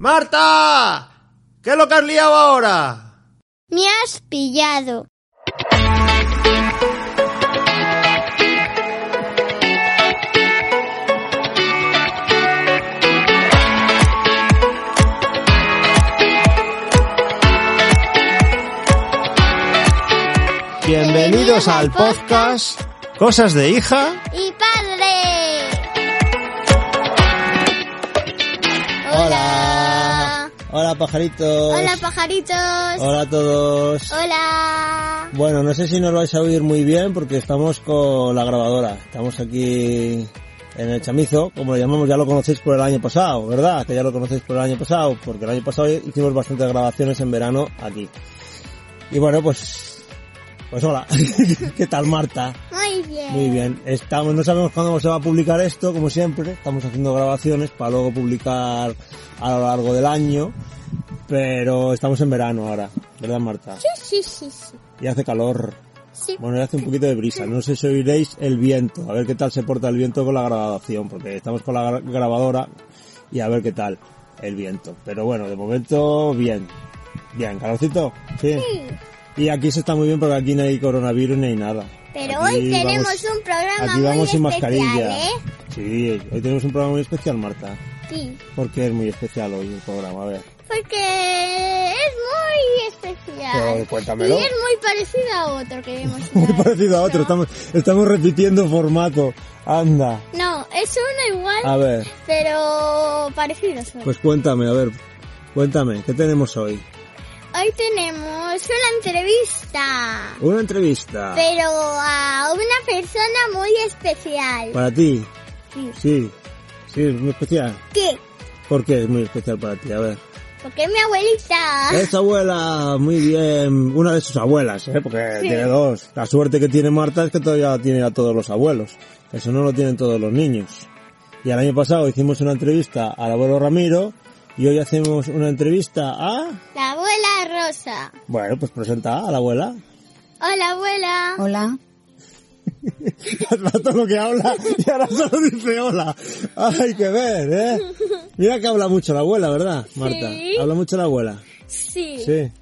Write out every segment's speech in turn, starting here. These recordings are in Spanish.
¡Marta! ¿Qué es lo que has liado ahora? Me has pillado. Bienvenidos al podcast Cosas de hija. ¡Y padre! Hola. Hola pajaritos. Hola, pajaritos. Hola a todos. Hola. Bueno, no sé si nos vais a oír muy bien porque estamos con la grabadora. Estamos aquí en el chamizo, como lo llamamos, ya lo conocéis por el año pasado, ¿verdad? Que ya lo conocéis por el año pasado, porque el año pasado hicimos bastantes grabaciones en verano aquí. Y bueno, pues, pues hola. ¿Qué tal Marta? Muy bien. Muy bien, estamos, no sabemos cuándo se va a publicar esto, como siempre, estamos haciendo grabaciones para luego publicar a lo largo del año, pero estamos en verano ahora, ¿verdad Marta? Sí, sí, sí, sí. Y hace calor, Sí. bueno, y hace un poquito de brisa, no sé si oiréis el viento, a ver qué tal se porta el viento con la grabación, porque estamos con la gra- grabadora y a ver qué tal el viento, pero bueno, de momento bien, bien, calorcito, sí. Y aquí se está muy bien porque aquí no hay coronavirus ni hay nada. Pero Aquí hoy tenemos vamos- un programa Aquí muy vamos sin especial, mascarilla. ¿eh? Sí, hoy tenemos un programa muy especial, Marta. Sí. Porque es muy especial hoy el programa, a ver. Porque es muy especial. Pero cuéntamelo. Y es muy parecido a otro que vimos. Muy parecido a otro, estamos, estamos repitiendo formato. Anda. No, es uno igual, A ver, pero parecido solo. pues cuéntame, a ver. Cuéntame, ¿qué tenemos hoy? Hoy tenemos una entrevista, Una entrevista. pero a una persona muy especial. Para ti. Sí. Sí. Sí, es muy especial. ¿Qué? ¿Por qué es muy especial para ti? A ver. Porque es mi abuelita. Es abuela, muy bien. Una de sus abuelas, ¿eh? Porque Sí. tiene dos. La suerte que tiene Marta es que todavía tiene a todos los abuelos. Eso no lo tienen todos los niños. Y el año pasado hicimos una entrevista al abuelo Ramiro y hoy hacemos una entrevista a... La abuela Rosa. Bueno, pues presenta a la abuela. Hola, abuela. Hola. Todo lo que habla y ahora solo dice hola. Hay que ver, ¿eh? Mira que habla mucho la abuela, ¿verdad, Marta? Sí. Habla mucho la abuela. Sí. Sí.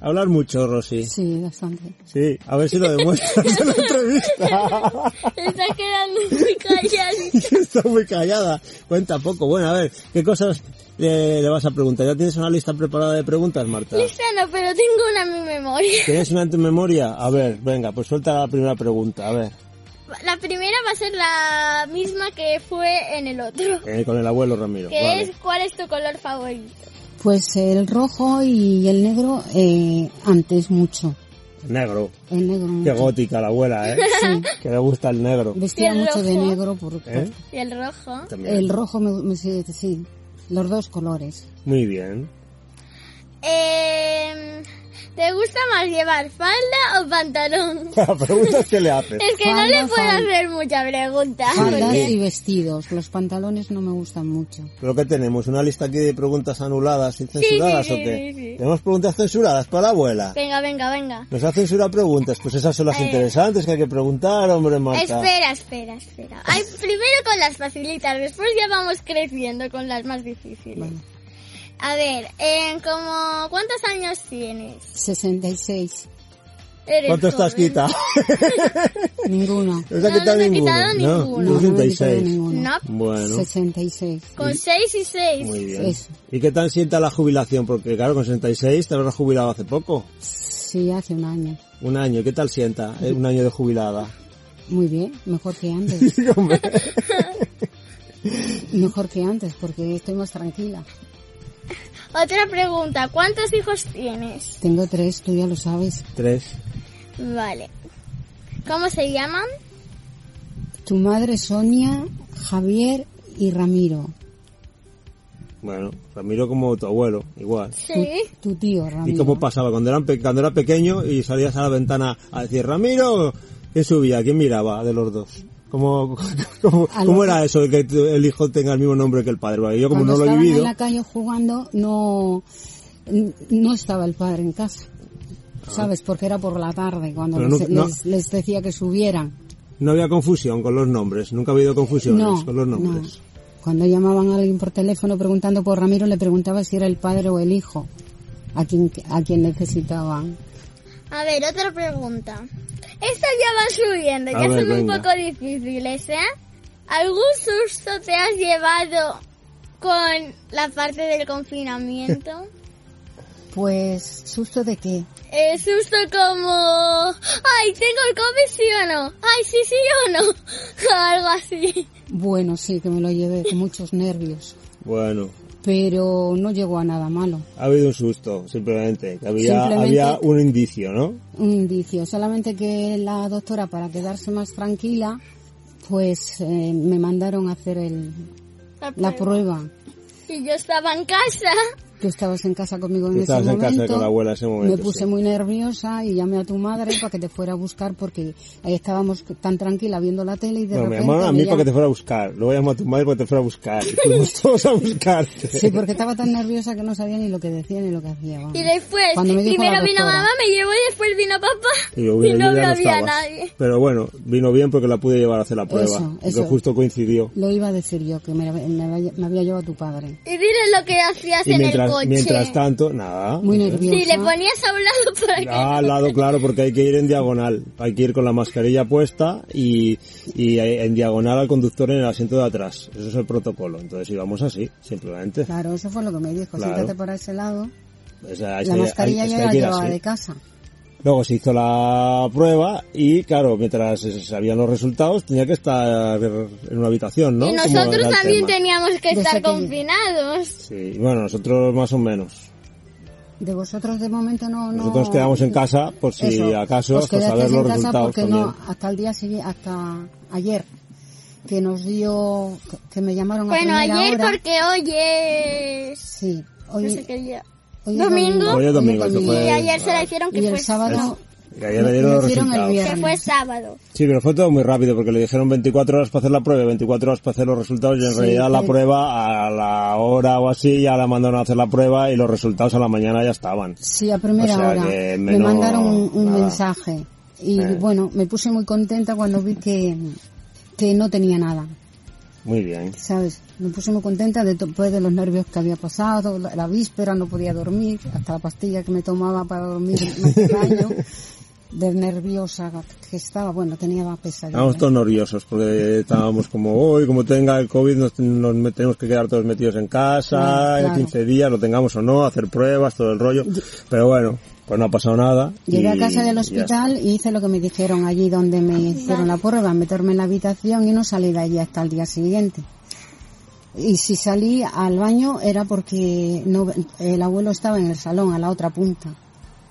Hablar mucho, Rosy. Sí, bastante. Sí, a ver si lo demuestras en la entrevista. Está quedando muy callada. Está muy callada. Cuenta poco. Bueno, a ver, ¿qué cosas eh, le vas a preguntar? ¿Ya tienes una lista preparada de preguntas, Marta? Lista no, pero tengo una en mi memoria. ¿Tienes una en tu memoria? A ver, venga, pues suelta la primera pregunta. A ver, La primera va a ser la misma que fue en el otro. eh, con el abuelo Ramiro. Que vale. es, ¿cuál es tu color favorito? Pues el rojo y el negro eh, antes mucho. Negro. El negro Qué mucho. gótica la abuela, ¿eh? Que le gusta el negro. Vestía ¿Y el mucho de rojo? negro por, por- ¿Eh? Y el rojo. También. el rojo me, me- sí, sí, los dos colores. Muy bien. Eh, ¿Te gusta más llevar falda o pantalón? La pregunta es qué le haces. Es que no Falda, le puedo falda. hacer mucha pregunta. Faldas y vestidos. Los pantalones no me gustan mucho. Lo que tenemos, una lista aquí de preguntas anuladas y censuradas sí, o qué? sí, sí. Tenemos preguntas censuradas para la abuela. Venga, venga, venga. Nos ha censurado preguntas, pues esas son las Eh. interesantes que hay que preguntar, hombre Marta. Espera, espera, espera. Ay, primero con las facilitas, después ya vamos creciendo con las más difíciles. Vale. A ver, eh, como, ¿cuántos años tienes? 66. Eres ¿Cuánto estás joven. quita? Ninguno. No se ha ¿eh? No, quitado no me he ninguno. quitado No, ninguno. No, no me he quitado 66. ninguno. No, Bueno, 66. con 6 y 6. muy bien. Eso. ¿Y qué tal sienta la jubilación? Porque claro, con 66 te habrás jubilado hace poco. Sí, hace un año. Un año, ¿qué tal sienta? eh, Un año de jubilada. Muy bien, mejor que antes. Hombre. Mejor que antes, porque estoy más tranquila. Otra pregunta, ¿cuántos hijos tienes? Tengo tres, tú ya lo sabes. Tres. Vale. ¿Cómo se llaman? Tu madre Sonia, Javier y Ramiro. Bueno, Ramiro como tu abuelo, igual. Sí. Tu tío, ¿Y Ramiro. cómo pasaba? Cuando era, pe- cuando era pequeño y salías a la ventana a decir, Ramiro, ¿quién subía? ¿Quién miraba de los dos? ¿Cómo, cómo, A cómo los- era eso de que tu- el hijo tenga el mismo nombre que el padre? Porque yo como Cuando no lo he estaban vivido, en la calle jugando, no, no estaba el padre en casa. ¿Sabes? Porque era por la tarde, cuando Ah. Pero les, no- no- les- les decía que subieran. no había confusión con los nombres, nunca ha habido confusiones No, con los nombres. no. Cuando llamaban a alguien por teléfono preguntando por Ramiro, le preguntaba si era el padre o el hijo a quien, a quien necesitaban. A ver, otra pregunta. Estas ya van subiendo, A ya ver, son un venga. poco difíciles, ¿eh? ¿Algún susto te has llevado con la parte del confinamiento? Pues, ¿susto de qué? Eh, susto como... ¡Ay, tengo el COVID, sí o no! ¡Ay, sí, sí o no! Algo así. Bueno, sí, que me lo llevé con muchos nervios, Bueno, pero no llegó a nada malo. ha habido un susto, simplemente. que Había, Simplemente- había un indicio, ¿no? Un indicio, solamente que la doctora, para quedarse más tranquila, pues eh, me mandaron a hacer el, la prueba. Y yo estaba en casa. Tú estabas en casa conmigo en Tú ese estabas en momento. casa con la abuela en ese momento, Me puse sí. muy nerviosa y llamé a tu madre para que te fuera a buscar porque ahí estábamos tan tranquila viendo la tele y de Bueno, me repente... llamaron a mí veía- para que te fuera a buscar. Luego llamó a tu madre para que te fuera a buscar. Y fuimos todos a buscarte. Sí, porque estaba tan nerviosa que no sabía ni lo que decía ni lo que hacía. vamos. Y después, Cuando me dijo la primero vino doctora. mamá, me llevó y después vino papá. Y Y, yo, bueno, no yo ya no había estaba. nadie. Pero bueno, vino bien porque la pude llevar a hacer la prueba. Eso, que eso. justo coincidió. Lo iba a decir yo, que me, me- me había llevado tu padre. Y diles lo que hacías Y en mientras, el coche. mientras tanto, nada. Muy nerviosa. Sí, le ponías a un lado para que... Ah, al lado, claro, porque hay que ir en diagonal. Hay que ir con la mascarilla puesta y, y en diagonal al conductor en el asiento de atrás. Eso es el protocolo. Entonces íbamos así, simplemente. Claro, eso fue lo que me dijo. Claro. Siéntate para ese lado. O sea, es la que- mascarilla hay- es ya que hay la que ir llevaba así. de casa. Luego se hizo la prueba y, claro, mientras se sabían los resultados, tenía que estar en una habitación, ¿no? Y Como nosotros era el también tema. teníamos que De estar saquillo. confinados. Sí, bueno, nosotros más o menos. De vosotros de momento no... no- Nosotros quedamos en casa por si Eso. acaso, Os por quedasteis saber en los casa resultados porque también. no, hasta el día sigui- hasta ayer, que nos dio, que- que me llamaron a Bueno, primera ayer hora. porque hoy es... Sí, hoy, No sé qué día. hoy es domingo. Hoy es domingo, hoy es eso Y fue- Pues, ayer se ah. la hicieron que Y fue... el sábado, Y ayer le dieron Lo los hicieron el resultados. Que fue sábado. Sí, pero fue todo muy rápido porque le dijeron 24 horas para hacer la prueba, y 24 horas para hacer los resultados y en Sí, realidad la pero- prueba a la hora o así ya la mandaron a hacer la prueba y los resultados a la mañana ya estaban. sí, a primera O sea, hora, que me menos mandaron un, un nada. mensaje. Y Eh. bueno, me puse muy contenta cuando vi que, que no tenía nada. Muy bien. ¿Sabes? Me puse muy contenta de- después de los nervios que había pasado, la, la víspera no podía dormir, hasta la pastilla que me tomaba para dormir me hacía daño, de nerviosa que estaba, bueno, tenía más pesadilla. Estábamos todos nerviosos porque estábamos como, hoy como tenga el COVID nos, nos me- tenemos que quedar todos metidos en casa, Claro, en claro. 15 días, lo tengamos o no, hacer pruebas, todo el rollo. Pero bueno, pues no ha pasado nada. Llegué a y casa del ya hospital y hice lo que me dijeron allí donde me hicieron la prueba, meterme en la habitación y no salí de allí hasta el día siguiente. Y si salí al baño era porque no, el abuelo estaba en el salón, a la otra punta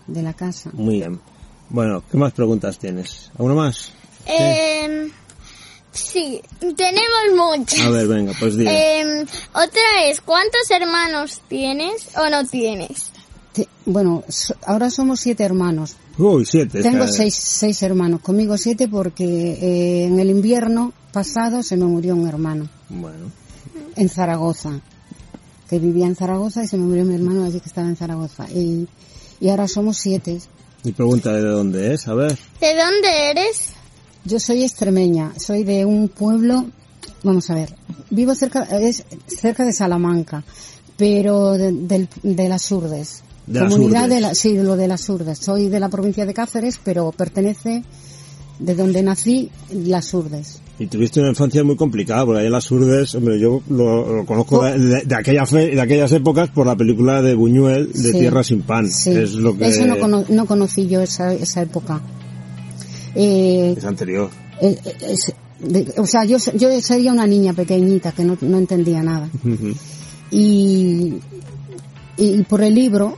de la casa. está. Muy bien. Bueno, ¿qué más preguntas tienes? ¿Alguna más? Eh, sí, tenemos muchas. A ver, venga, pues dime. Eh, otra es, ¿cuántos hermanos tienes o no tienes? Te- bueno, so- ahora somos siete hermanos, Uy, siete. Tengo está- seis, seis hermanos, conmigo siete porque eh, en el invierno pasado se me murió un hermano Bueno. en Zaragoza, que vivía en Zaragoza y se me murió mi hermano allí que estaba en Zaragoza. Y, y ahora somos siete. Mi pregunta de dónde es, a ver. ¿De dónde eres? Yo soy extremeña, soy de un pueblo, vamos a ver, vivo cerca, es cerca de Salamanca, pero de, del- de las Urdes. De las Comunidad Urdes. de la, sí, lo de las Urdes. Soy de la provincia de Cáceres, pero pertenece de donde nací, las Urdes. Y tuviste una infancia muy complicada, porque ahí en las Urdes, hombre, yo lo, lo conozco Oh. de, de- de aquella fe- de aquellas épocas por la película de Buñuel, de Sí. Tierra sin Pan. Sí. Es lo que Eso no, cono- no conocí yo esa, esa época. Eh, es anterior. eh, eh, es- de- o sea, yo, se- yo sería una niña pequeñita que no, no entendía nada. Ujú. Y, y por el libro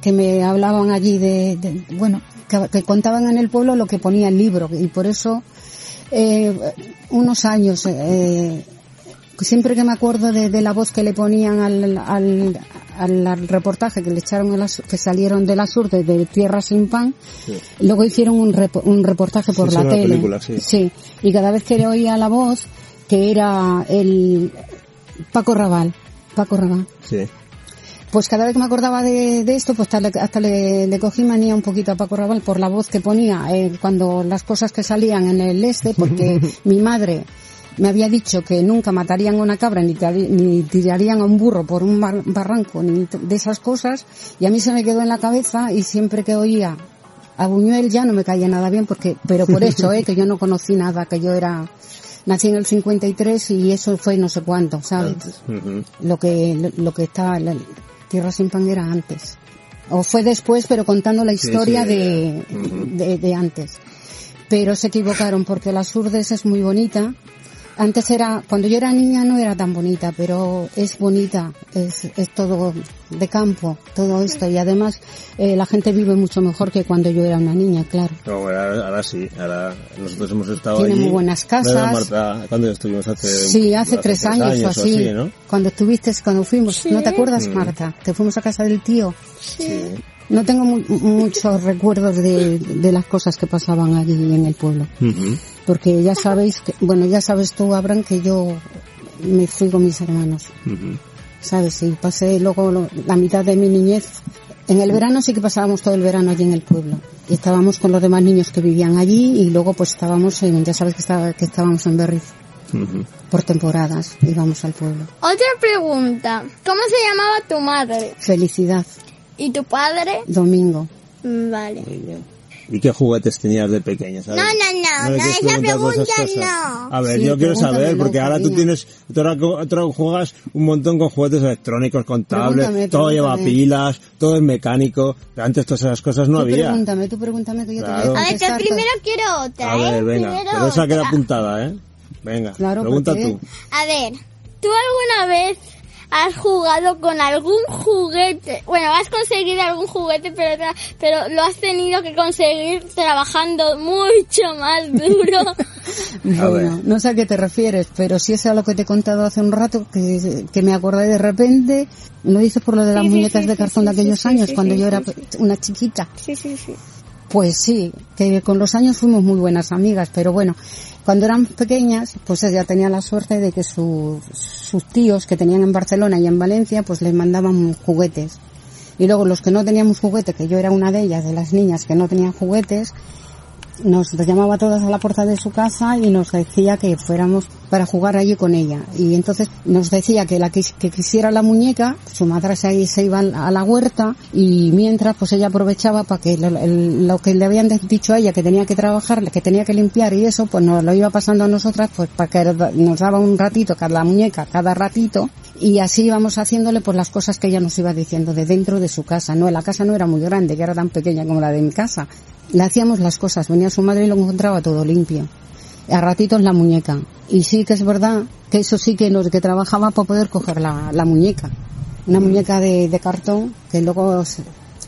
que me hablaban allí de, de- bueno, que, que contaban en el pueblo lo que ponía el libro. Y por eso, eh, unos años, eh, siempre que me acuerdo de, de la voz que le ponían al, al, al reportaje que le echaron en las- que salieron de la sur de, de Tierra sin Pan Sí. luego hicieron un, repo- un reportaje por Sí, la sí, una tele película, sí. y cada vez que le oía la voz que era el Paco Raval Paco Raval Sí. pues cada vez que me acordaba de, de esto, pues tal- hasta le, le cogí manía un poquito a Paco Raval por la voz que ponía eh, cuando las cosas que salían en el este, porque mi madre me había dicho que nunca matarían a una cabra ni, tari- ni tirarían a un burro por un bar- barranco ni t- de esas cosas y a mí se me quedó en la cabeza y siempre que oía a Buñuel ya no me caía nada bien porque pero por eso eh que yo no conocí nada que yo era nací en el 53 y eso fue no sé cuánto sabes Ujú. lo que lo, lo que estaba la tierra sin pan era antes o fue después pero contando la historia sí, de, de, de antes pero se equivocaron porque las urdes es muy bonita antes era cuando yo era niña no era tan bonita pero es bonita es, es todo de campo todo esto y además eh, la gente vive mucho mejor que cuando yo era una niña claro No, bueno, ahora, ahora sí, ahora nosotros hemos estado Tiene allí. muy buenas ¿Verdad, casas. Marta? ¿Cuándo estuvimos? Hace, Sí, hace tres años, o así. ¿no? Cuando estuviste, cuando fuimos, Sí. ¿no te acuerdas, Mm. Marta? Que fuimos a casa del tío. Sí. No tengo mu- muchos recuerdos de, de las cosas que pasaban allí en el pueblo. Ujú. Porque ya sabéis, que, bueno, ya sabes tú, Abraham, que yo me fui con mis hermanos. Ujú. ¿Sabes? Y pasé luego lo- la mitad de mi niñez. En el verano sí que pasábamos todo el verano allí en el pueblo. Y estábamos con los demás niños que vivían allí y luego pues estábamos en, ya sabes que, estaba, que estábamos en Berriz. Ujú. Por temporadas íbamos al pueblo. Otra pregunta. ¿Cómo se llamaba tu madre? Felicidad, ¿Y tu padre? domingo. Mm, Vale. Muy bien. ¿Y qué juguetes tenías de pequeña? No, sabes? no, no, le no, quieres esa preguntar por esas pregunta cosas. no. A ver, Sí, yo quiero pregúntamelo, saber, porque ahora tú Karina. tienes, tú ahora, co- tú ahora juegas un montón con juguetes electrónicos, con tablets, Pregúntame, todo lleva pregúntame. pilas, todo es mecánico, antes todas esas cosas no tú había. pregúntame, tú pregúntame que yo te Claro. voy a A ver, que contestar. primero quiero otra, A ¿eh? ver, venga, Primero pero esa queda otra. apuntada, ¿eh? Venga, Claro, pregunta porque- tú. A ver, ¿tú alguna vez has jugado con algún juguete? Bueno, has conseguido algún juguete, pero, tra- pero lo has tenido que conseguir trabajando mucho más duro. A Bueno, ver. no sé a qué te refieres, pero si es a lo que te he contado hace un rato, que, que me acordé de repente, lo dices por lo de las Sí, sí, muñecas sí, de sí, cartón de sí, aquellos sí, años, sí, cuando sí, yo sí, era sí. pe- una chiquita. sí, sí, sí. Pues sí, que con los años fuimos muy buenas amigas, pero bueno, cuando eran pequeñas, pues ella tenía la suerte de que su- sus tíos que tenían en Barcelona y en Valencia, pues les mandaban juguetes. Y luego los que no teníamos juguetes, que yo era una de ellas, de las niñas que no tenían juguetes, nos llamaba a todas a la puerta de su casa y nos decía que fuéramos para jugar allí con ella. Y entonces nos decía que la quis- que quisiera la muñeca, su madre se, i- se iba al- a la huerta y mientras pues ella aprovechaba para que lo, el- lo que le habían de- dicho a ella que tenía que trabajar, que tenía que limpiar y eso, pues nos lo iba pasando a nosotras pues para que da- nos daba un ratito cada muñeca, cada ratito y así íbamos haciéndole pues las cosas que ella nos iba diciendo de dentro de su casa. No, la casa no era muy grande, que era tan pequeña como la de mi casa. Le hacíamos las cosas, venía su madre y lo encontraba todo limpio. A ratitos la muñeca. Y sí que es verdad que eso sí que nos que trabajaba para poder coger la, la muñeca. Una muñeca de, de cartón que luego se,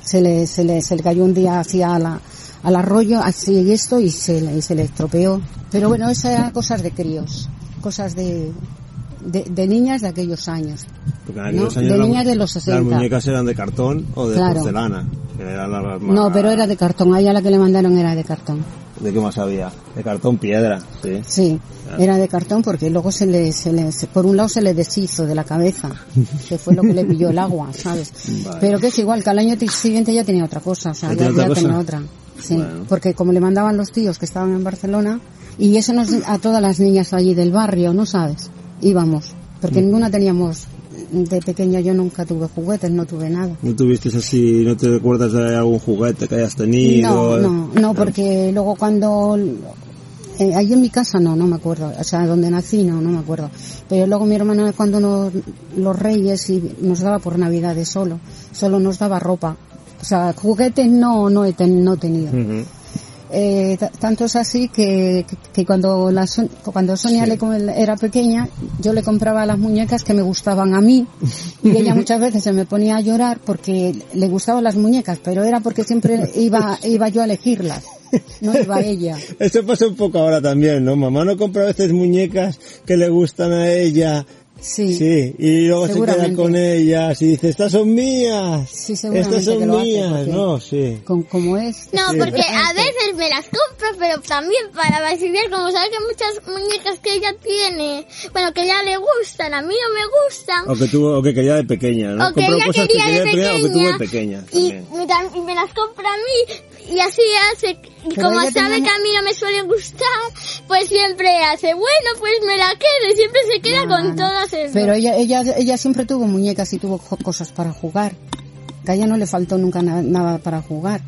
se le, se, le, se le cayó un día hacia la, al arroyo, así y esto, y se, le- y se le estropeó. Pero bueno, esas eran cosas de críos, cosas de, de, de niñas de aquellos años. Porque en aquellos No, años de la- niñas de los 60. Las muñecas eran de cartón o de Claro. porcelana. que eran las más- No, pero era de cartón, a ella la que le mandaron era de cartón. ¿De qué más había? De cartón piedra, sí. Sí, Ah. era de cartón porque luego se le, se le- se- por un lado se le deshizo de la cabeza, que fue lo que le pilló el agua, ¿sabes? Vale. Pero que es igual, que al año t- siguiente ya tenía otra cosa, o sea, ¿Ya ya, tenía otra ya tenía cosa? otra. Sí, Bueno. porque como le mandaban los tíos que estaban en Barcelona, y eso nos, a todas las niñas allí del barrio, ¿no sabes? Íbamos, porque Mm. ninguna teníamos, de pequeña yo nunca tuve juguetes, no tuve nada. ¿No tuviste así, no te recuerdas de algún juguete que hayas tenido? No, no, no, porque luego cuando... eh, ahí en mi casa no, no me acuerdo. O sea, donde nací no, no me acuerdo. Pero luego mi hermana cuando nos- los reyes y nos daba por navidades solo. Solo nos daba ropa. O sea, juguetes no, no he, ten- no he tenido. Ujú. Eh, t- tanto es así que, que, que cuando, la Son- cuando Sonia Sí. le com- era pequeña, yo le compraba las muñecas que me gustaban a mí. Y ella muchas veces se me ponía a llorar porque le gustaban las muñecas, pero era porque siempre iba, iba yo a elegirlas, no iba ella. Eso pasa un poco ahora también, ¿no? Mamá no compra a veces muñecas que le gustan a ella. Sí. Sí, y luego se queda Seguramente. con ellas y dice, estas son mías. Sí, seguramente estas son que lo hace, mías, porque- ¿no? Sí. Con, como es. No, porque a veces me las compro, pero también para fastidiar, como sabes que muchas muñecas que ella tiene, bueno, que ya le gustan, a mí no me gustan, O que tuvo, o que quería de pequeña, ¿no? o que Compró ella cosas quería que de quería de pequeña, o que tuvo de pequeña, pequeña y también. me, tam- y me las compra a mí y así hace, y Pero como ella sabe tenía que una- a mí no me suele gustar, pues siempre hace, bueno, pues me la quedo, y siempre se queda No, con no. todas esas. Ah, Pero ella, ella, ella siempre tuvo muñecas y tuvo jo- cosas para jugar. Que a ella no le faltó nunca na- nada para jugar.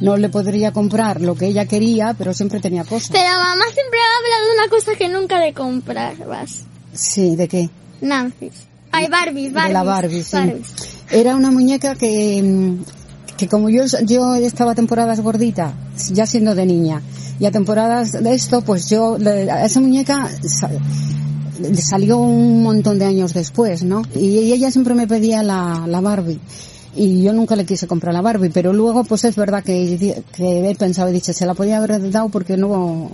No le podría comprar lo que ella quería, pero siempre tenía cosas. Pero mamá siempre habla de una cosa que nunca le comprabas. Sí, ¿de qué? Nancy. Ay, Barbies, Barbies. De la Barbie, sí. Barbies. Era una muñeca que, mm, que como yo, yo estaba temporadas gordita, ya siendo de niña, y a temporadas de esto, pues yo, le- a esa muñeca sa- le salió un montón de años después, ¿no? Y, y ella siempre me pedía la, la Barbie. Y yo nunca le quise comprar la Barbie, pero luego pues es verdad que, di- que he pensado, he dicho, se la podía haber dado porque no,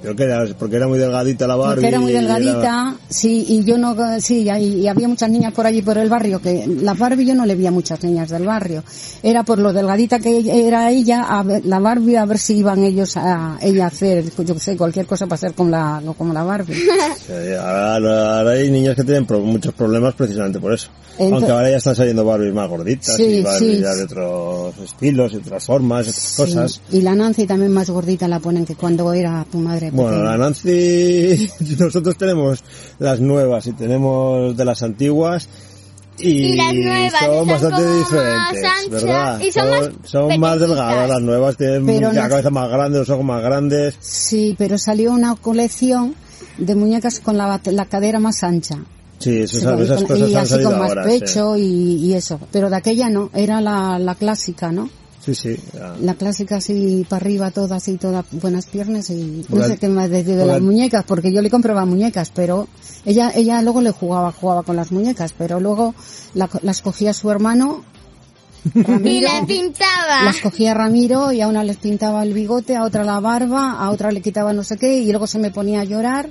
Creo que era, porque era muy delgadita la Barbie. porque era muy y delgadita, sí, y yo no, sí, y, y había muchas niñas por allí por el barrio, que la Barbie yo no le vi a muchas niñas del barrio. Era por lo delgadita que ella- era ella, a ver- la Barbie, a ver si iban ellos a, ella a hacer, yo qué sé, cualquier cosa para hacer con la, con la Barbie. Sí, ahora, ahora hay niños que tienen pro- muchos problemas precisamente por eso. Entonces- Aunque ahora ya están saliendo Barbies más gorditas Sí, y Barbies sí. ya de otros estilos, y otras formas, y otras cosas. Sí, Y la Nancy también más gordita la ponen que cuando era tu madre. Bueno, pequeña. la Nancy, nosotros tenemos las nuevas y tenemos de las antiguas y, Y las nuevas son son bastante como más diferentes, anchas ¿verdad? y son más son más pequeñitas. delgadas las nuevas, tienen Pero la no- cabeza más grande, los ojos más grandes. Sí, pero salió una colección de muñecas con la, la cadera más ancha. Sí, eso, Sí, sabe, con- esas con- cosas y han así salido con más ahora. sí. pecho y, y eso. Pero de aquella no, era la, la clásica, ¿no? Sí, sí. ya. La clásica así para arriba, toda así, todas buenas piernas y no Buenas- sé qué más decir de buenas- las muñecas, porque yo le compraba muñecas, pero ella ella luego le jugaba, jugaba con las muñecas, pero luego la co- las cogía su hermano, Y Ramiro, le pintaba. las cogía Ramiro y a una les pintaba el bigote, a otra la barba, a otra le quitaba no sé qué y luego se me ponía a llorar.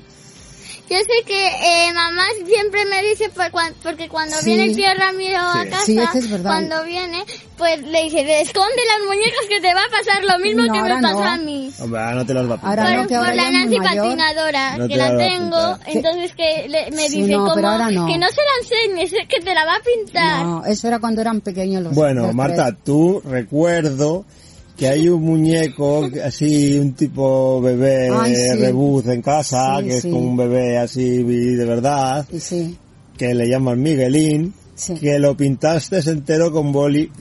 Yo sé que eh, mamá siempre me dice, por cuan- porque cuando Sí. viene el tío Ramiro a Sí. casa, Sí, eso es verdad. cuando viene, pues le dice, esconde las muñecas que te va a pasar lo mismo No, que me ahora pasó no. a mí. Hombre, ahora no te las va a pintar. Ahora por, no, que por ahora ya la es muy Nancy mayor. patinadora, No que te la la va a tengo, pintar. entonces que le- me Sí, dice no, como pero ahora no. que no se la enseñes, es que te la va a pintar. No, eso era cuando eran pequeños los Bueno, los Marta, tres. tú recuerdo que hay un muñeco que- así, un tipo bebé Ay, sí. rebuz en casa, Sí, que es sí. como un bebé así de verdad, Y Sí, que le llaman Miguelín, sí. que lo pintaste entero con boli,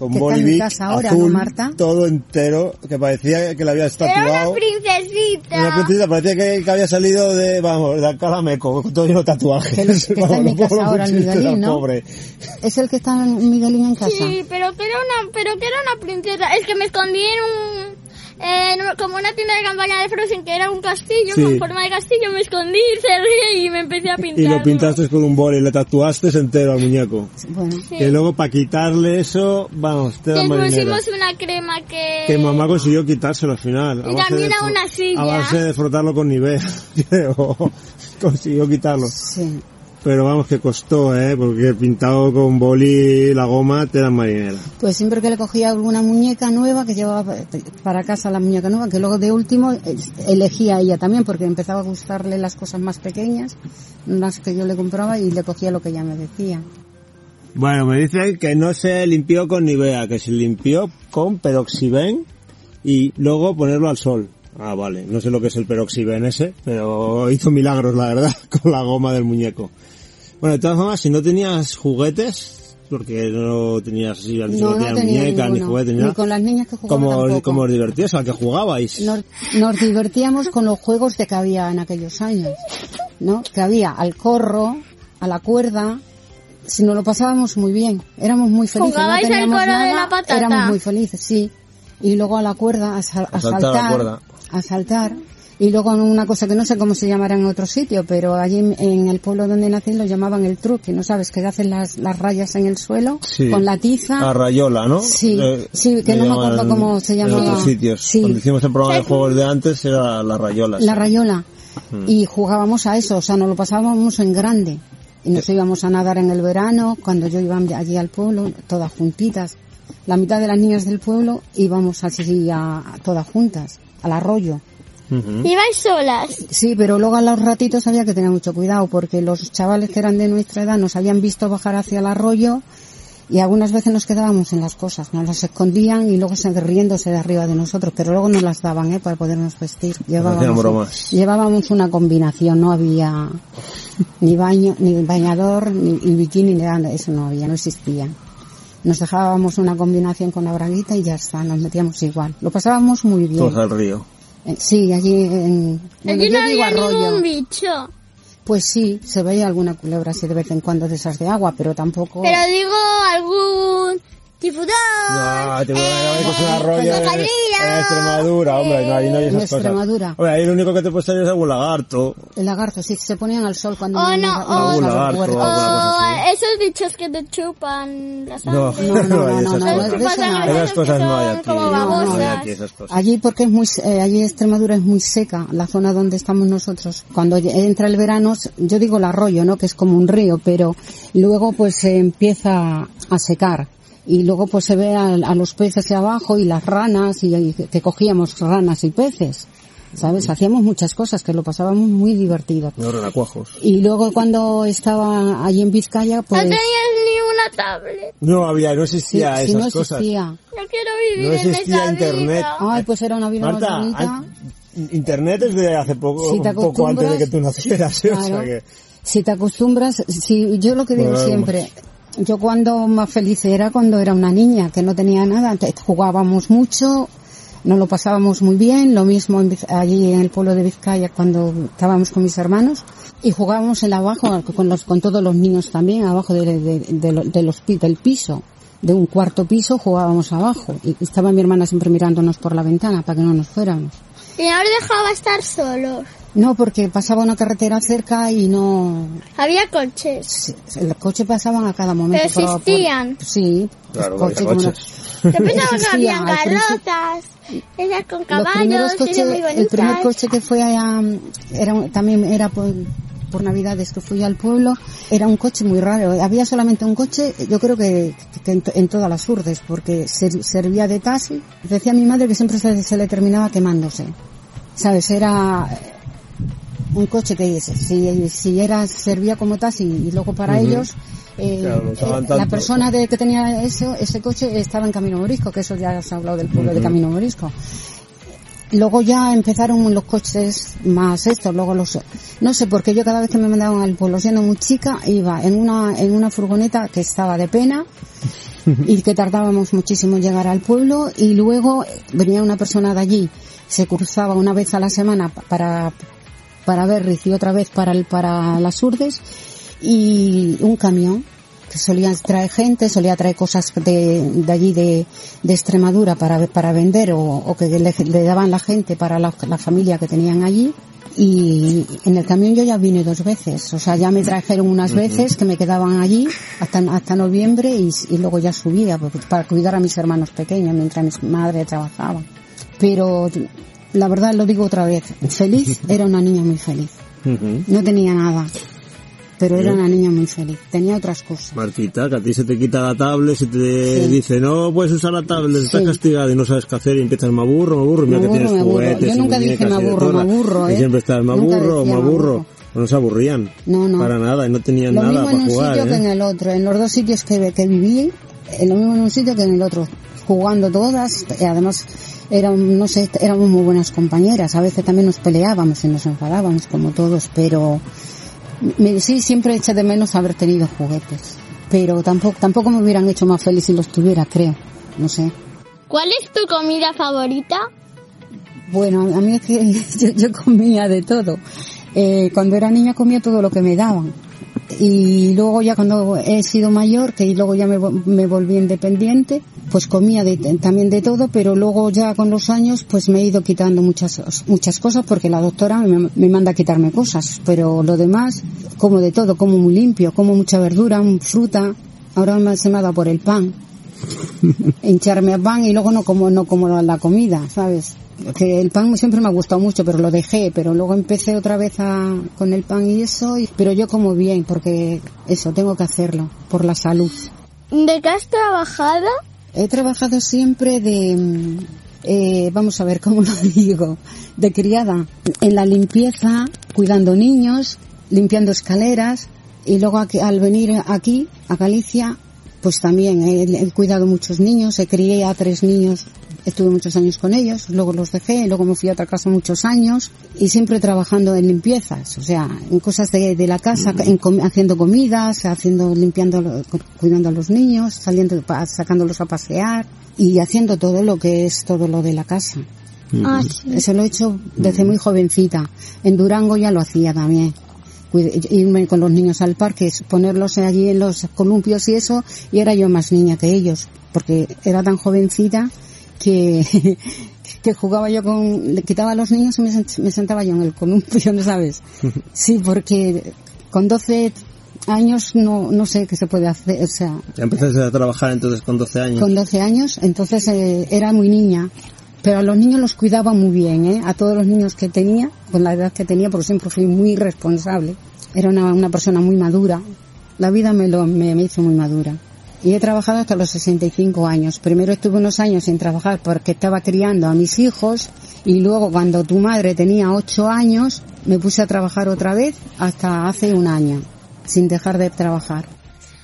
con Que está en mi bolivic casa ahora, azul, ¿no, Marta? todo entero, que parecía que le habías Era tatuado. una princesita. Una princesa, parecía que, que había salido de, vamos, de Calameco, con todo lleno de tatuajes. Que los- que está Vamos, en mi no casa puedo ahora, el decirte la Miguelín, ¿no? Pobre. Es el que está en Miguelín en casa. Sí, pero que era una, pero que era una princesa. Es que me escondí en un, eh, en un- como una tienda de campaña de Frozen que era un castillo Sí. con forma de castillo. Me escondí, cerré y me empecé a pintar. Y lo pintaste con un boli, lo tatuaste entero al muñeco. Bueno, Sí. Que luego para quitarle eso, vamos, te da Le marinera. pusimos una crema que. Que mamá consiguió quitárselo al final. Y también a una silla. A base de frotarlo con nivel, creo. consiguió quitarlo. sí. Pero vamos, que costó, ¿eh? Porque pintado con boli la goma te da marinera. Pues siempre que le cogía alguna muñeca nueva, que llevaba pa- para casa la muñeca nueva, que luego de último eh, elegía a ella también, porque empezaba a gustarle las cosas más pequeñas, las que yo le compraba y le cogía lo que ella me decía. Bueno, me dicen que no se limpió con Nivea, que se limpió con peroxiben y luego ponerlo al sol. Ah, vale, no sé lo que es el peroxiben ese, pero hizo milagros, la verdad, con la goma del muñeco. Bueno, de todas formas, si no tenías juguetes, porque no tenías, si no, No, no tenías tenía muñecas, ni ninguno. juguetes, ni Ni nada, con las niñas que jugaban como, os- tampoco. como os divertíais, a que jugabais. Nos, nos divertíamos con los juegos de que había en aquellos años, ¿no? Que había al corro, a la cuerda, si nos lo pasábamos muy bien, éramos muy felices. ¿Jugabais no al teníamos coro de nada, la patata? Éramos muy felices, sí. Y luego a la cuerda, a, sal- a A saltar a la saltar, cuerda. a saltar. Y luego en una cosa que no sé cómo se llamará en otro sitio, pero allí en- en el pueblo donde nací lo llamaban el truque, ¿no sabes? Que hacen las, las rayas en el suelo Sí. Ah, con la tiza. A Rayola, ¿no? Ah. Sí, Eh, sí, que le no me acuerdo llaman cómo se En llamaba. otros sitios. Sí. Cuando hicimos el programa de juegos de antes era la Rayola. la sí. rayola y jugábamos a eso, o sea, nos lo pasábamos en grande y nos íbamos a nadar en el verano cuando yo iba allí al pueblo, todas juntitas. La mitad de las niñas del pueblo íbamos así a, a todas juntas al arroyo. Ujú. Ibais solas. Pues Sí, pero luego a los ratitos había que tener mucho cuidado porque los chavales que eran de nuestra edad nos habían visto bajar hacia el arroyo y algunas veces nos quedábamos en las cosas, nos las escondían y luego se riéndose de arriba de nosotros, pero luego nos las daban ¿eh? para podernos vestir. Pues hacían Llevábamos, bromas. llevábamos una combinación, no había ni baño, ni bañador, ni, ni bikini, ni nada, eso no había, no existía. Nos dejábamos una combinación con la braguita y ya está, nos metíamos igual. Lo pasábamos muy bien. Todos al río. Eh, Sí, allí en... bueno, Allí Mm. yo no digo había arroyo. ningún bicho. Pues sí, se veía alguna culebra así de vez en cuando de esas de agua, pero tampoco... Pero digo algún tiburón. No, Ah, te voy a eh, ver que es un arroyo en, cocodrilo, en Extremadura, hombre, no, ahí no hay En esas cosas. Extremadura. Hombre, ahí lo único que te puedes salir es algún lagarto. El lagarto, sí, se ponían al sol cuando... Oh, iban no, a- oh, a los Algún lagarto, huertos. O algún esos bichos que te chupan la No, sangre. no, no, hay no, esas no, cosas. de eso no hay. Esas cosas no hay Son aquí. ¿eh? como No hay babosas. aquí esas cosas. Allí porque es muy, eh, allí Extremadura es muy seca, la zona donde estamos nosotros. Cuando ll- entra el verano, s- yo digo el arroyo, ¿no? Que es como un río, pero luego pues se empieza a secar. Y luego pues se ve a, a los peces hacia abajo y las ranas y, y que cogíamos ranas y peces. ¿Sabes? Hacíamos muchas cosas que lo pasábamos muy divertido. No, renacuajos. Y luego cuando estaba allí en Vizcaya, No pues tenías ni una tablet. No había, no sí, existía sí, esas no cosas. existía. Yo quiero vivir No en existía esa internet. vida. Ay, pues era una vida más Marta, bonita. an- internet es de hace poco, Si te un poco antes de que tú nacieras. ¿eh? O sea Claro. que, Si te acostumbras, si yo lo que digo Bueno, vamos. siempre, yo cuando más feliz era cuando era una niña, que no tenía nada, te- jugábamos mucho, nos lo pasábamos muy bien, lo mismo en Viz- allí en el pueblo de Vizcaya cuando estábamos con mis hermanos y jugábamos en abajo con los con todos los niños también abajo de, de- de lo- de los pi- del piso. De un cuarto piso jugábamos abajo y estaba mi hermana siempre mirándonos por la ventana para que no nos fuéramos. Y ahora dejaba estar solo. No, porque pasaba una carretera cerca y no, Había coches. Sí, el coche pasaban a cada momento. Pero por- por- existían. sí, Claro, los coches había como coches. Yo los- pensaba que Existían, habían al principio- garrotas, esas con los caballos, primeros y coches- muy bonitas. el primer coche que fue a, era, un- también era por, por navidades que fui al pueblo, era un coche muy raro. Había solamente un coche, yo creo que, que en, to- en todas las urdes, porque ser- servía de taxi. Decía mi madre que siempre se, se le terminaba quemándose. ¿Sabes? Era un coche que si, si era servía como taxi y luego para ellos eh, Claro, lo usaban eh, la tanto. persona de, que tenía ese, ese coche estaba en Camino Morisco, que eso ya se ha hablado del pueblo de Camino Morisco. Luego ya empezaron los coches más estos, luego los, no sé, porque yo cada vez que me mandaban al pueblo siendo muy chica iba en una, en una furgoneta que estaba de pena y que tardábamos muchísimo en llegar al pueblo y luego venía una persona de allí, se cruzaba una vez a la semana pa- para, para Berriz y otra vez para el, para las urdes y un camión que solía traer gente, solía traer cosas de, de allí de, de Extremadura para, para vender o, o que le, le daban la gente para la, la familia que tenían allí. Y en el camión yo ya vine dos veces, o sea, ya me trajeron unas veces que me quedaban allí hasta, hasta noviembre y, y luego ya subía porque- para cuidar a mis hermanos pequeños mientras mi madre trabajaba. Pero la verdad lo digo otra vez, feliz, era una niña muy feliz. No tenía nada, pero era una niña muy feliz, tenía otras cosas. Martita, que a ti se te quita la tablet, se te Sí. dice, no puedes usar la tablet, estás Sí. castigada y no sabes qué hacer y empiezas, me aburro, me aburro, y mira Me que aburro, tienes me aburro. juguetes. Yo y nunca dije, muñecas me y de aburro, me todas. aburro, Y ¿eh? siempre estás, me Nunca aburro, me decía, me aburro. aburro. No se aburrían. No, no. Para nada, y no tenían Lo nada mismo en para un jugar, sitio que en ¿eh? el otro, en los dos sitios que, que viví, eh, lo mismo en un sitio que en el otro, jugando todas, y además eran, no sé, éramos muy buenas compañeras, a veces también nos peleábamos y nos enfadábamos como todos, pero me, sí siempre eché de menos haber tenido juguetes, pero tampoco, tampoco me hubieran hecho más feliz si los tuviera, creo, no sé. ¿Cuál es tu comida favorita? Bueno, a mí es que yo, yo comía de todo. Eh, cuando era niña comía todo lo que me daban. Y luego ya cuando he sido mayor, que luego ya me, vo- me volví independiente, pues comía de- también de todo, pero luego ya con los años pues me he ido quitando muchas, muchas cosas porque la doctora me, me manda a quitarme cosas, pero lo demás como de todo, como muy limpio, como mucha verdura, fruta, ahora me se me ha dado por el pan hincharme a pan y luego no como no como la- la comida, ¿sabes? Que el pan siempre me ha gustado mucho, pero lo dejé, pero luego empecé otra vez a, con el pan y eso, y- pero yo como bien, porque eso, tengo que hacerlo, por la salud. ¿De qué has trabajado? He trabajado siempre de, mm, eh, vamos a ver cómo lo digo, de criada, en la limpieza, cuidando niños, limpiando escaleras y luego aquí- al venir aquí, a Galicia, pues también he, he cuidado muchos niños, he crié a tres niños, estuve muchos años con ellos, luego los dejé, luego me fui a otra casa muchos años y siempre trabajando en limpiezas, o sea, en cosas de, de la casa, en com- haciendo comidas, haciendo, limpiando, lo- cuidando a los niños, saliendo, pa- sacándolos a pasear y haciendo todo lo que es todo lo de la casa. Mm. Ah, sí. Eso pues, lo he hecho desde muy jovencita. En Durango ya lo hacía también. Cuid- Irme con los niños al parque, ponerlos allí en los columpios y eso, y era yo más niña que ellos, porque era tan jovencita que, que jugaba yo con, le quitaba a los niños y me, sent- me sentaba yo en el columpio, ¿no sabes? Sí, porque con 12 años no, no sé qué se puede hacer, o sea, Ya empezaste a trabajar entonces con 12 años. con 12 años, entonces eh, era muy niña. Pero a los niños los cuidaba muy bien, ¿eh? a todos los niños que tenía, con la edad que tenía, porque siempre fui muy responsable. Era una, una persona muy madura. La vida me, lo, me, me hizo muy madura. Y he trabajado hasta los 65 años. Primero estuve unos años sin trabajar porque estaba criando a mis hijos y luego cuando tu madre tenía 8 años me puse a trabajar otra vez hasta hace un año, sin dejar de trabajar.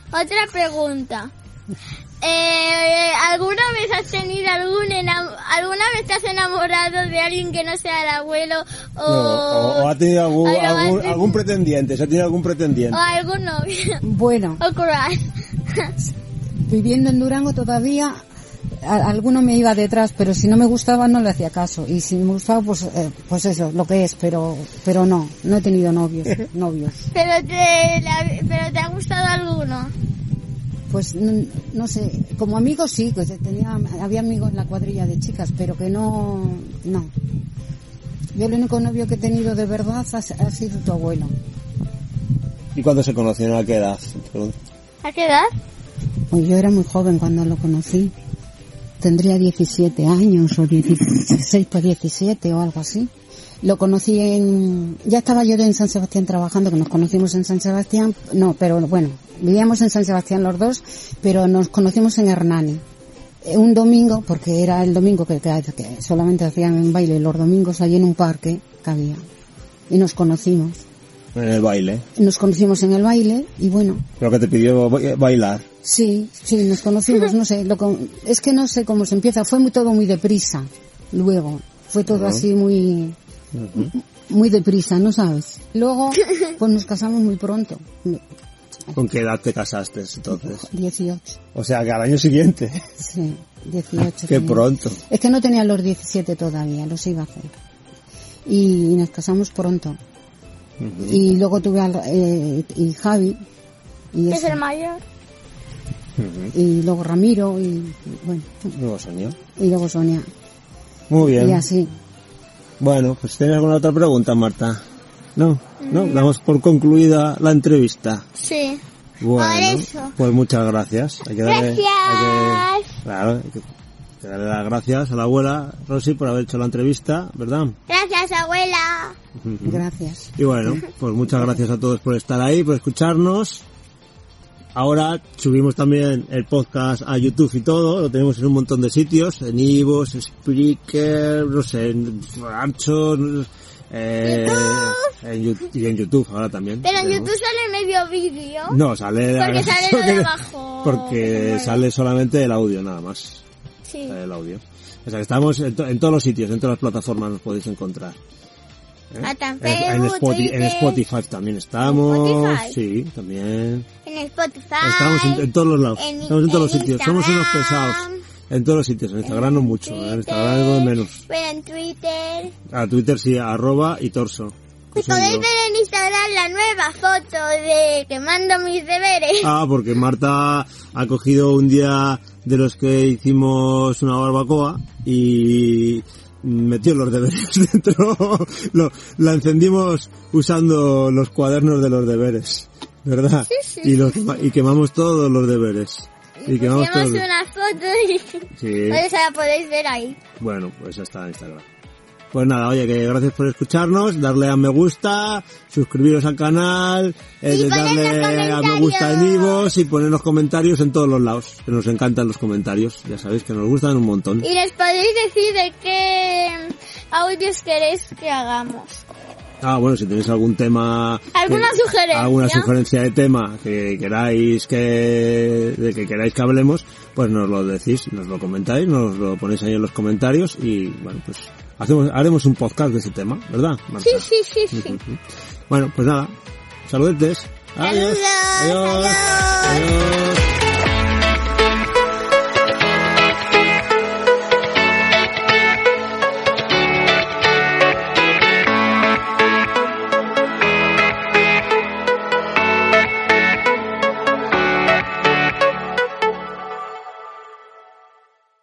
Otra pregunta. Eh, ¿Alguna vez has tenido algún enam- alguna vez te has enamorado de alguien que no sea el abuelo No, o, o, o ha tenido algún, Ay, lo algún, hace. algún pretendiente, se ha tenido algún o pretendiente. algún novio? Bueno, o crush. viviendo en Durango todavía a- alguno me iba detrás pero si no me gustaba no le hacía caso y si me gustaba pues eh, pues eso lo que es pero pero no no he tenido novios novios Pero te, la- pero te ha gustado alguno. pues n- no, sé como amigos sí pues tenía había amigos en la cuadrilla de chicas pero que no no yo el único novio que he tenido de verdad ha, ha sido tu abuelo ¿Y cuándo se conocieron? ¿A qué edad? Pregunta. ¿A qué edad? pues yo era muy joven cuando lo conocí tendría 17 años o 16 para 17 o algo así. Lo conocí en... Ya estaba yo en San Sebastián trabajando, que nos conocimos en San Sebastián. No, pero bueno, vivíamos en San Sebastián los dos, pero nos conocimos en Hernani. Eh, Un domingo, porque era el domingo que, que- que solamente hacían un baile los domingos allí en un parque que había. Y nos conocimos. En el baile. Nos conocimos en el baile y bueno, Creo que te pidió ba- bailar. Sí, sí, nos conocimos, no sé, lo con- es que no sé cómo se empieza, fue muy, todo muy deprisa, luego, fue todo así muy, muy deprisa, ¿no sabes? Luego, pues nos casamos muy pronto, ¿Con qué edad te casaste entonces? 18, O sea, que al año siguiente. sí, 18. Qué tenía. pronto. Es que no tenía los 17 todavía, los iba a hacer. Y, nos casamos pronto. Y luego tuve al, eh, y Javi, y, Es ese, el mayor. y luego Ramiro, y, y bueno, Nuevo sueño. y luego Sonia, Muy bien. y así. Bueno, pues ¿tienes alguna otra pregunta, Marta? No, no, Mm. damos por concluida la entrevista. Sí. Bueno, eso. pues muchas gracias. Hay que darle, hay que- Gracias. claro, hay que- hay que darle las gracias a la abuela Rosy por haber hecho la entrevista, ¿verdad? Gracias, abuela. Gracias. Y bueno, pues muchas gracias a todos por estar ahí, por escucharnos. Ahora subimos también el podcast a YouTube y todo, lo tenemos en un montón de sitios, en Ivos, Spreaker, no sé, en Archon, eh, en Yu- y en YouTube ahora también. Pero en Tenemos. YouTube sale medio vídeo. No, sale... Porque sale lo de abajo. Porque sale solamente el audio, nada más. Sí. Sale el audio. O sea, que estamos en, to- en todos los sitios, en todas las plataformas nos podéis encontrar. Hasta en Eh, En, en Facebook, Spoti- en Twitter, Spotify también estamos. Spotify. Sí, también. en Spotify. Estamos en, en todos los lados. en- estamos en todos los en sitios. Somos unos Instagram. pesados. En todos los sitios. En Instagram no mucho. En Instagram algo de menos. Pero en Twitter. A Twitter sí, arroba y torso. Pues Y Que soy podéis yo. ver en Instagram la nueva foto de que mando mis deberes. Ah, porque Marta ha cogido un día de los que hicimos una barbacoa y metió los deberes dentro. Lo- la encendimos usando los cuadernos de los deberes, ¿verdad? Y, los, y quemamos todos los deberes. Y quemamos Hicimos todos Eh. los... una foto y Sí, pues la podéis ver ahí. bueno, pues ya está en Instagram. Pues nada, oye, que gracias por escucharnos, darle a me gusta, suscribiros al canal, eh, Y poner los darle a me comentarios. gusta en vivos y poner los comentarios en todos los lados, que nos encantan los comentarios, ya sabéis que nos gustan un montón. Y les podéis decir de qué audios queréis que hagamos. Ah, bueno, si tenéis algún tema... ¿Alguna que- sugerencia? Alguna sugerencia de tema que queráis que... de que queráis que hablemos, pues nos lo decís, nos lo comentáis, nos lo ponéis ahí en los comentarios y, bueno, pues hacemos, haremos un podcast de ese tema, ¿verdad, Marta? Sí, sí, sí, sí. Ujú. Bueno, pues nada, saludetes. Adiós. Saludos, adiós. Adiós.